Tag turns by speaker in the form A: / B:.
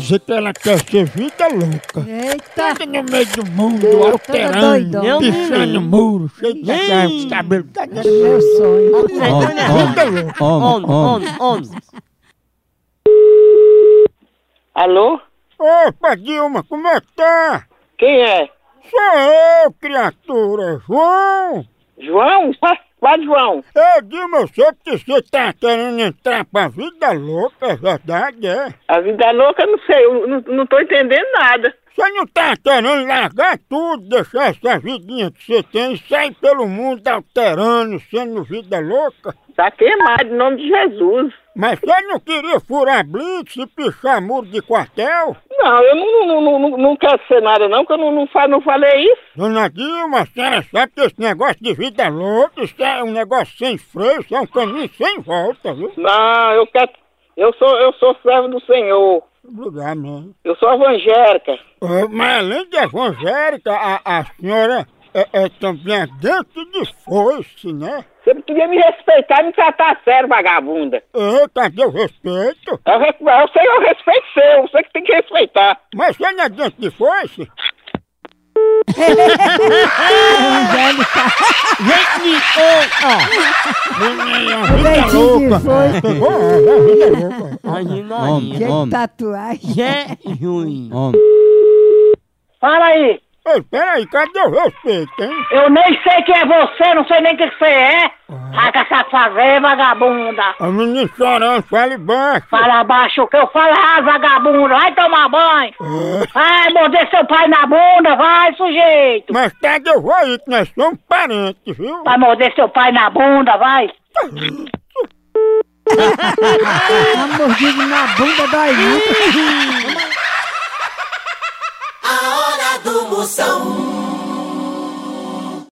A: dizer que ela quer ser vida louca.
B: Eita!
A: Anda no meio do mundo, alterando,
B: doidona.
A: pichando muro, cheio de garra, de cabelo. Tá na
B: Meu sonho.
A: vida louca.
C: Homem, homem, homem.
D: Alô?
A: Opa, Dilma, como é que tá?
D: Quem é?
A: Sou eu, criatura. João!
D: João? Qua- Qual João?
A: Ô, Dilma, eu sei que você tá querendo entrar pra vida louca, é verdade, é?
D: A vida louca, eu não sei, eu não, não tô entendendo nada.
A: Você não tá querendo largar tudo, deixar essa vidinha que você tem e sair pelo mundo alterando, sendo vida louca?
D: Tá queimado, em nome de Jesus.
A: Mas você não queria furar blitz e pichar muro de quartel?
D: Não, eu não, não, não, não, não quero ser nada não, que eu não, não, fa- não falei isso.
A: Dona Dilma, a senhora sabe que esse negócio de vida louca, isso é um negócio sem freio, isso é um caminho sem volta, viu?
D: Não, eu quero... Eu sou, eu sou servo do Senhor.
A: Obrigado, mãe.
D: Eu sou evangélica.
A: Ô, Mas além de evangélica, a, a senhora é, é também dentro de foice, né?
D: Você podia me respeitar e me tratar sério, vagabunda. É
A: Ô, cadê o respeito?
D: Eu, re- eu sei, eu respeito seu, você que tem que respeitar.
A: Mas você não é dentro de foice? Gente,
B: Jeitinho de
A: ô,
B: foice.
A: ó!
C: Hoje
B: Que é
C: nós.
B: tatuagem.
C: Jesus.
D: Fala aí.
A: Ei, peraí, cadê o respeito, hein?
D: Eu nem sei quem é você, não sei nem quem você é. Raga safazê, vagabunda.
A: A menina chorando, fale baixo.
D: Fala baixo que eu falo, ah, vagabundo, vai tomar banho. Vai morder seu pai na bunda, vai, sujeito.
A: Mas cadê o aí, que nós somos parentes, viu?
D: Vai morder seu pai na bunda, vai.
B: Uma mordida tá na bunda dói muito.
E: A hora do Moção.